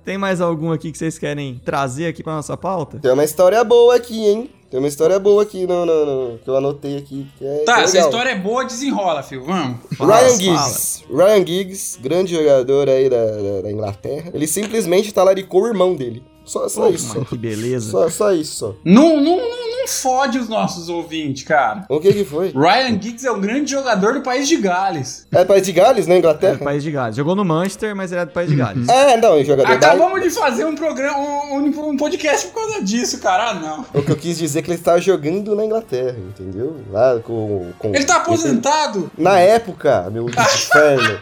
Tem mais algum aqui que vocês querem trazer aqui pra nossa pauta?
Tem uma história boa aqui, hein? Tem uma história boa aqui, não, não, não. Que eu anotei aqui. que é- que
Tá,
é
se a
legal.
história é boa, desenrola, filho. Vamos.
Fala,
Ryan
fala.
Giggs. Ryan Giggs, grande jogador aí da, da- da Inglaterra. Ele simplesmente talaricou o irmão dele. Só, só isso.
Mano, que beleza.
Só, só isso. só.
Não, não, não, não fode os nossos ouvintes, cara.
O que que foi?
Ryan Giggs é um grande jogador do país de Gales.
É país de Gales, né,
É do
Inglaterra?
País de Gales. Jogou no Manchester, mas era do País de Gales.
É, não, é jogador da...
Acabamos de fazer um programa, um, um- um podcast por causa disso, cara. Ah, não.
O que eu quis dizer é que ele estava jogando na Inglaterra, entendeu? Lá com... com...
Ele tá aposentado?
Na época, meu inferno.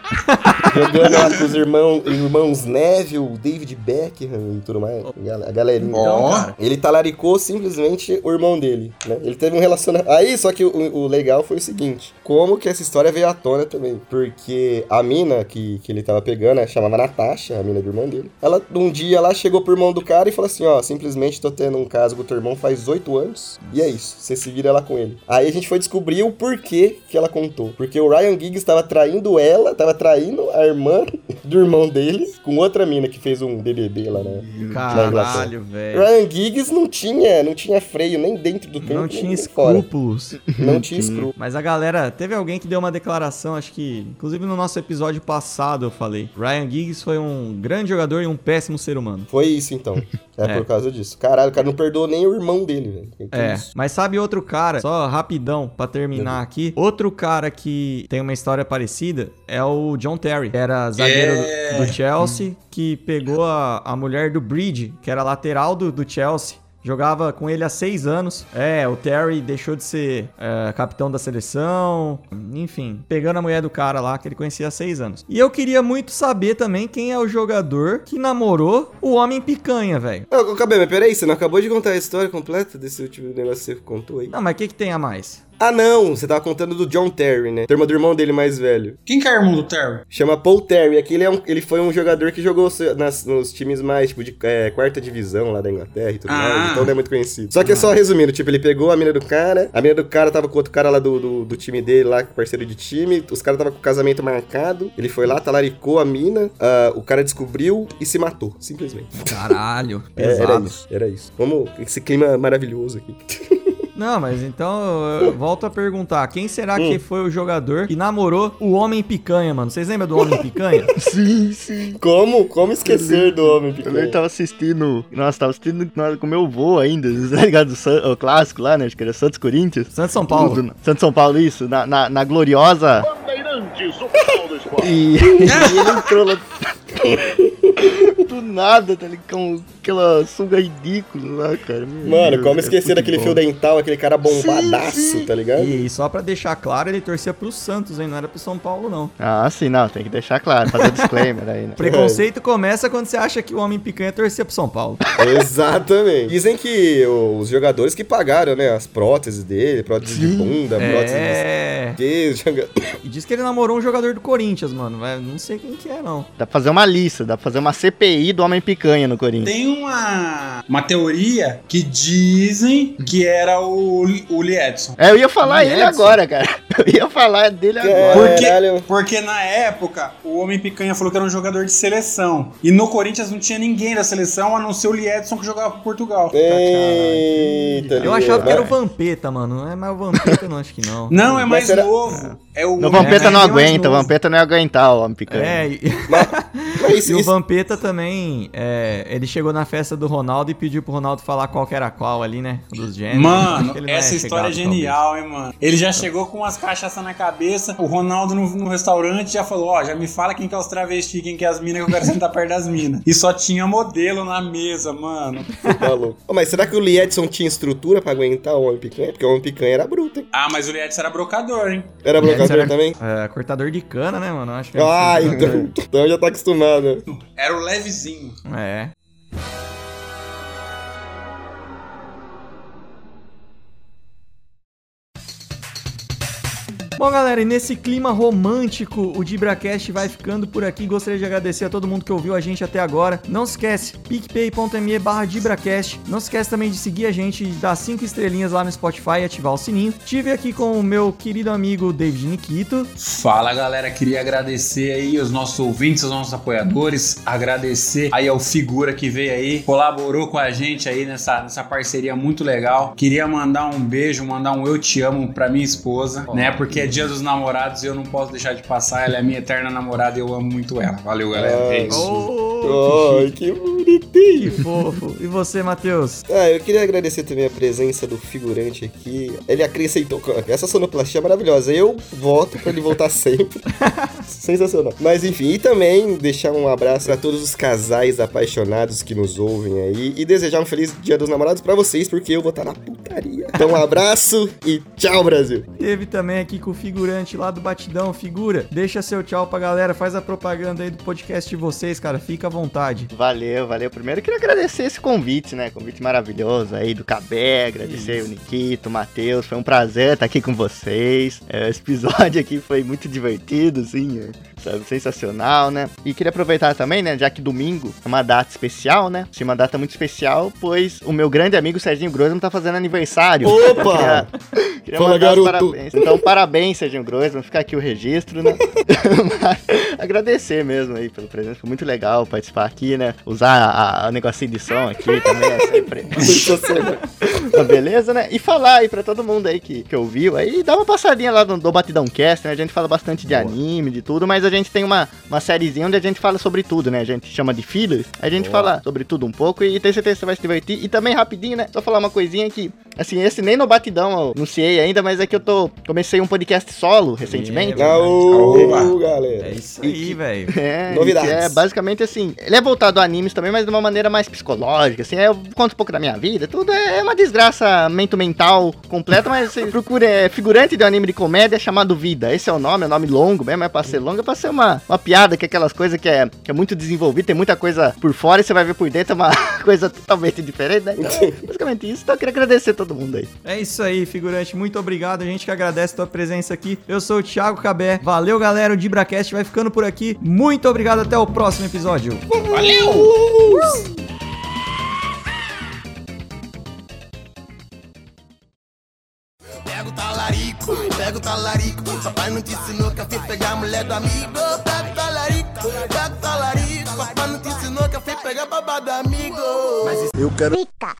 jogando lá com os irmão, irmãos Neville, David Beckham e tudo mais. A galerinha.
Ó.
Ele talaricou simplesmente o irmão dele, né? Ele teve um relacionamento. Aí, só que o, o legal foi o seguinte: como que essa história veio à tona também? Porque a mina que, que ele tava pegando, ela chamava Natasha, a mina do irmão dele. Ela, um dia, ela chegou pro irmão do cara e falou assim: ó, simplesmente tô tendo um caso com o teu irmão faz oito anos. E é isso, você se vira lá com ele. Aí a gente foi descobrir o porquê que ela contou. Porque o Ryan Giggs tava traindo ela, tava traindo a irmã do irmão dele com outra mina que fez um BBB lá, né?
Caralho, velho.
Ryan Giggs não tinha, não tinha freio nem dentro do campo.
Não
nem
tinha
fora.
escrúpulos.
Não tinha escrúpulo.
Mas a galera, teve alguém que deu uma declaração, acho que, inclusive no nosso episódio passado eu falei. Ryan Giggs foi um grande jogador e um péssimo ser humano.
Foi isso então. É,
É.
por causa disso. Caralho, o cara não perdoou nem o irmão dele, velho. Que
É,
isso?
mas sabe outro cara, só rapidão pra terminar aqui, outro cara que tem uma história parecida é o John Terry, que era zagueiro
É.
do Chelsea, que pegou a, a mulher do Bridge, que era lateral do, do Chelsea. Jogava com ele há seis anos. É, o Terry deixou de ser é, capitão da seleção. Enfim, pegando a mulher do cara lá que ele conhecia há seis anos. E eu queria muito saber também quem é o jogador que namorou o Homem Picanha, velho.
Não, ô, Cabê, mas peraí, você não acabou de contar a história completa desse último negócio que você contou aí?
Não, mas o que, que tem a mais?
Ah, não! Você tava contando do John Terry, né? Termo do irmão dele mais velho.
Quem que é o irmão do Terry?
Chama Paul Terry. Aqui ele, é um- ele foi um jogador que jogou se- nas- nos times mais, tipo, de é, quarta divisão lá da Inglaterra e tudo
Ah.
mais. Então não é muito conhecido. Só que é só resumindo, tipo, ele pegou a mina do cara, a mina do cara tava com outro cara lá do, do, do time dele, lá, parceiro de time. Os caras tava com o casamento marcado. Ele foi lá, talaricou a mina, ah, o cara descobriu e se matou, simplesmente.
Caralho,
É, era isso, era isso. Vamos, esse clima maravilhoso aqui.
Não, mas então eu eu volto a perguntar: quem será que
Hum.
foi o jogador que namorou o Homem Picanha, mano? Vocês lembram do Homem Picanha?
Sim, sim.
Como, como esquecer do homem
Eu lembro
pequeno?
que tava assistindo. Nossa, tava assistindo na hora com meu vô ainda, tá ligado? O, San- o clássico lá, né? Acho que era Santos Corinthians.
Santos São Paulo.
Do- Santos né? São Paulo, isso. Na, na, na gloriosa. E, e ele entrou lá. Do nada, tá ligado? Com aquela sunga ridícula lá, cara. Meu
Mano,
Deus,
como
é
esquecer
muito
daquele
bom.
fio dental, aquele cara bombadaço,
sim.
tá ligado?
E só pra deixar claro, ele torcia pro Santos, hein? Não era pro São Paulo, não.
Ah, sim, não, tem que deixar claro, fazer disclaimer aí,
É.
né?
Preconceito começa quando você acha que o Homem Picanha torcia pro São Paulo.
Exatamente. Dizem que os jogadores que pagaram, né? As próteses dele, próteses de bunda, próteses
É.
de queijo, joga-
E diz que ele namorou um jogador do Corinthians, mano. Vai- Não sei quem que é, não.
Dá pra fazer uma lista, dá pra fazer uma CPI do Homem Picanha no Corinthians.
Tem uma, uma teoria que dizem que era o, o Liedson.
É, eu ia falar
Tem
ele
Edson. é
agora, cara. Eu ia falar dele agora.
Por quê?
Caralho.
Porque na época, o Homem Picanha falou que era um jogador de seleção. E no Corinthians não tinha ninguém da seleção, a não ser o Liedson que jogava por Portugal.
É. Eita,
Eu achava que era o Vampeta, mano. Não é mais o Vampeta, não, acho que não.
Não, é mais
Mas era-
novo. É o
O
Homem
Vampeta não
Picanha é mais
aguenta, o
novo.
Vampeta não ia aguentar o Homem Picanha.
É, e,
Mas isso,
e o
isso-
Vampeta também, é, ele chegou na festa do Ronaldo e pediu pro Ronaldo falar qual que era qual ali, né? Dos gêneros. Acho
Mano,
que ele não
essa
é
história é
chegado,
genial, hein, mano. Ele já chegou com umas cachaças na cabeça, o Ronaldo no, no restaurante já falou, ó, já me fala quem que é os travestis, quem que é as minas, que eu quero sentar perto das minas. E só tinha modelo na mesa, mano.
tá louco. Ô, Mas será que o Lee Edson tinha estrutura pra aguentar o homem picanha? Porque o homem picanha era bruto, hein?
Ah, mas o Liedson era brocador, hein?
Era
talvez.
brocador
Era,
também?
é, cortador de cana, né, mano? Acho que era
Ah,
assim.
então, então já tá acostumado.
Era o levezinho.
É. Bom, galera, e nesse clima romântico, o DibraCast vai ficando por aqui. Gostaria de agradecer a todo mundo que ouviu a gente até agora. Não se esquece, picpay.me barra DibraCast. Não se esquece também de seguir a gente, dar cinco estrelinhas lá no Spotify e ativar o sininho. Tive aqui com o meu querido amigo David Nikito.
Fala galera, queria agradecer aí os nossos ouvintes, os nossos apoiadores, agradecer aí ao Figura que veio aí, colaborou com a gente aí nessa, nessa parceria muito legal. Queria mandar um beijo, mandar um eu te amo pra minha esposa, né? Porque é dia dos namorados e eu não posso deixar de passar, ela é minha eterna namorada e eu amo muito ela. Valeu galera, é isso.
Oh,
Ai, que bonitinho.
que fofo. E você, Matheus?
Ah, eu queria agradecer também a presença do figurante aqui. Ele acrescentou. Essa sonoplastia é maravilhosa. Eu voto pra ele voltar sempre. Sensacional. Mas enfim, e também deixar um abraço pra todos os casais apaixonados que nos ouvem aí. E desejar um feliz dia dos namorados pra vocês, porque eu vou estar na putaria. Então, um abraço e tchau, Brasil.
Teve também aqui com o figurante lá do Batidão. Figura, deixa seu tchau pra galera, faz a propaganda aí do podcast de vocês, cara. Fica à vontade.
Valeu, valeu. Primeiro eu queria agradecer esse convite, né? Convite maravilhoso aí do Cabé, agradecer o Nikito, o Matheus. Foi um prazer estar aqui com vocês. É, Esse episódio aqui foi muito divertido, sim. é, sabe, sensacional, né? E queria aproveitar também, né? Já que domingo é uma data especial, né? Sim, uma data muito especial, pois o meu grande amigo Serginho Grosman tá fazendo aniversário.
Opa!
Queria, queria
Fala,
mandar os
garoto.
parabéns. Então, parabéns, Serginho Grosman. Fica aqui o registro, né? Mas agradecer mesmo aí pelo presente. Foi muito legal participar aqui, né? Usar a, a- o negocinho de som aqui também é sempre
Sensacional.
uma beleza, né? E falar aí pra todo mundo aí que, que ouviu. Aí dá uma passadinha lá no do Batidão Cast, né? A gente fala bastante de anime, de tudo, mas a gente tem uma, uma sériezinha onde a gente fala sobre tudo, né? A gente chama de fillers. A gente fala sobre tudo um pouco e tenho certeza que você vai se divertir. E também rapidinho, né? Só falar uma coisinha que, assim, esse nem no Batidão eu anunciei ainda, mas é que eu tô. Comecei um podcast solo recentemente.
Tchau, galera.
É isso aí, velho.
É,
Novidades.
que é basicamente assim. Ele é voltado a animes também, mas de uma maneira mais psicológica, assim. Eu conto um pouco da minha vida, tudo é uma desgraçamento mental completa, mas você procura é, figurante de um anime de comédia chamado Vida. Esse é o nome, é um nome longo mesmo, é pra ser longo, é pra ser uma, uma piada, que é aquelas coisas que é, que é muito desenvolvida, tem muita coisa por fora e você vai ver por dentro, é uma coisa totalmente diferente, né? Então, é basicamente isso. Então eu queria agradecer todo mundo aí.
É isso aí, figurante. Muito obrigado. A gente que agradece a tua presença aqui. Eu sou o Thiago Cabé. Valeu, galera. O DibraCast vai ficando por aqui. Muito obrigado. Até o próximo episódio.
Pega o talarico, pega o talarico. Papai não te ensinou que a fez pegar a mulher do amigo. Pega o talarico, pega o talarico. Papai não te ensinou que a fez pegar babado amigo.
Pica,